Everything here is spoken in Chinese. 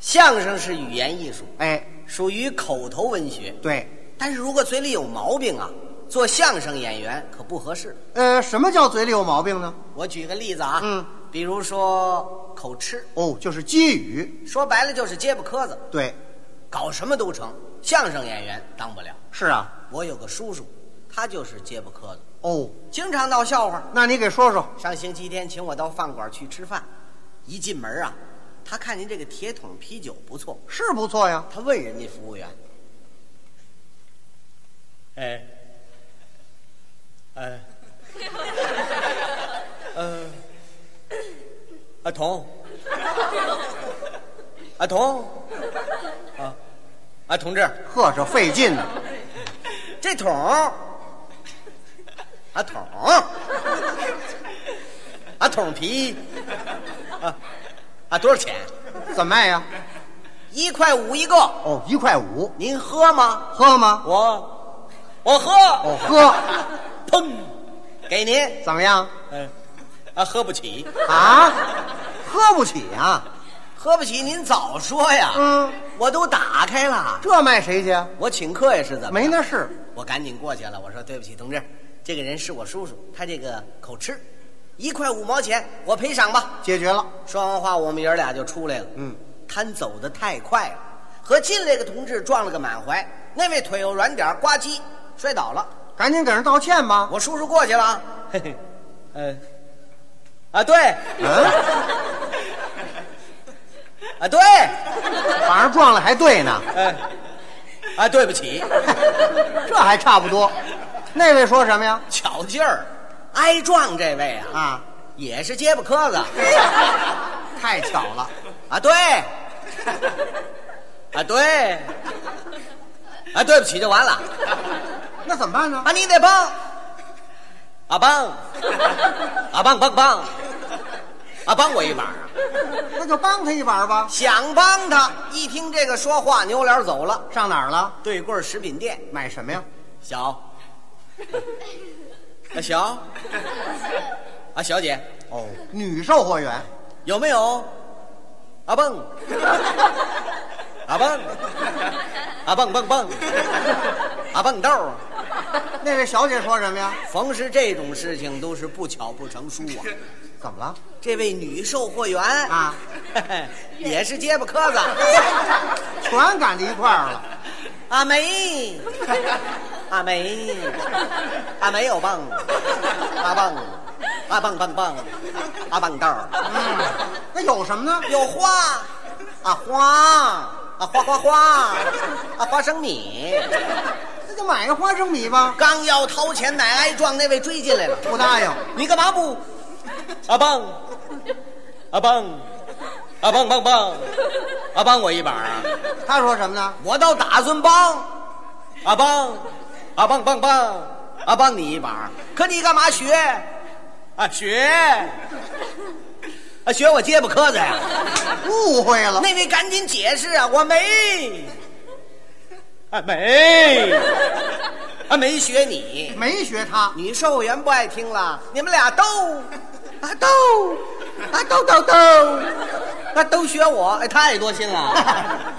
相声是语言艺术，哎，属于口头文学。对，但是如果嘴里有毛病啊，做相声演员可不合适。呃，什么叫嘴里有毛病呢？我举个例子啊，嗯，比如说口吃，哦，就是机语。说白了就是结巴磕子，对，搞什么都成，相声演员当不了。是啊。我有个叔叔，他就是结巴磕子，哦，经常闹笑话。那你给说说。上星期天请我到饭馆去吃饭，一进门啊，他看您这个铁桶啤酒不错，是不错呀。他问人家服务员：“哎，哎，呃，阿童，阿童，啊，啊，同志，呵，这费劲呢、这桶，啊桶，啊桶皮，啊啊多少钱？怎么卖呀？一块五一个。哦，一块五。您喝吗？喝吗？我，我喝。哦，喝。砰，给您。怎么样？哎，啊，喝不起，啊？喝不起啊？喝不起，您早说呀。嗯，我都打开了，这卖谁去啊？我请客也是怎么？没那事。我赶紧过去了，我说对不起，同志，这个人是我叔叔，他这个口吃，一块五毛钱，我赔赏吧。解决了。说完话，我们爷儿俩就出来了。嗯，摊走的太快了，和进来个同志撞了个满怀，那位腿又软点儿，呱唧摔倒了。赶紧给人道歉吧。我叔叔过去了啊，嘿嘿，嗯，啊对，嗯， 啊对，反正撞了还对呢，哎，啊对不起，这还差不多。那位说什么呀？巧劲儿，挨撞这位啊啊，也是结巴磕 子，太巧了。啊 对，啊对，啊对不起就完了，那怎么办呢？啊你得帮，啊帮，啊帮帮帮，啊帮我一把啊。那就帮他一把吧。想帮他，一听这个说话，扭脸走了。上哪儿了？对棍儿食品店，买什么呀？小，啊小，啊小姐，哦，女售货员。有没有？啊蹦，啊蹦，啊蹦蹦蹦，啊蹦豆儿。那位小姐说什么呀？逢是这种事情，都是不巧不成书啊。怎么了？这位女售货员啊， 也是结巴磕子。全赶在一块儿了。阿梅，阿梅，阿梅有棒，阿棒，阿棒棒棒，阿棒豆儿，嗯，那有什么呢？有花，啊花，啊花花花，啊花生米。那就买个花生米吧。刚要掏钱，奶挨撞，那位追进来了，不答应。你干嘛不？阿棒，阿棒，阿棒棒棒，阿帮我一把啊！他说什么呢？我倒打算帮，阿帮，阿帮帮帮，阿帮你一把。可你干嘛学？啊学？啊学我结巴磕子呀？误会了。那位赶紧解释啊！我没，啊没，啊没学你。没学他。女售货员不爱听了，你们俩都，啊都，啊都都都，啊都学我，哎太多心了。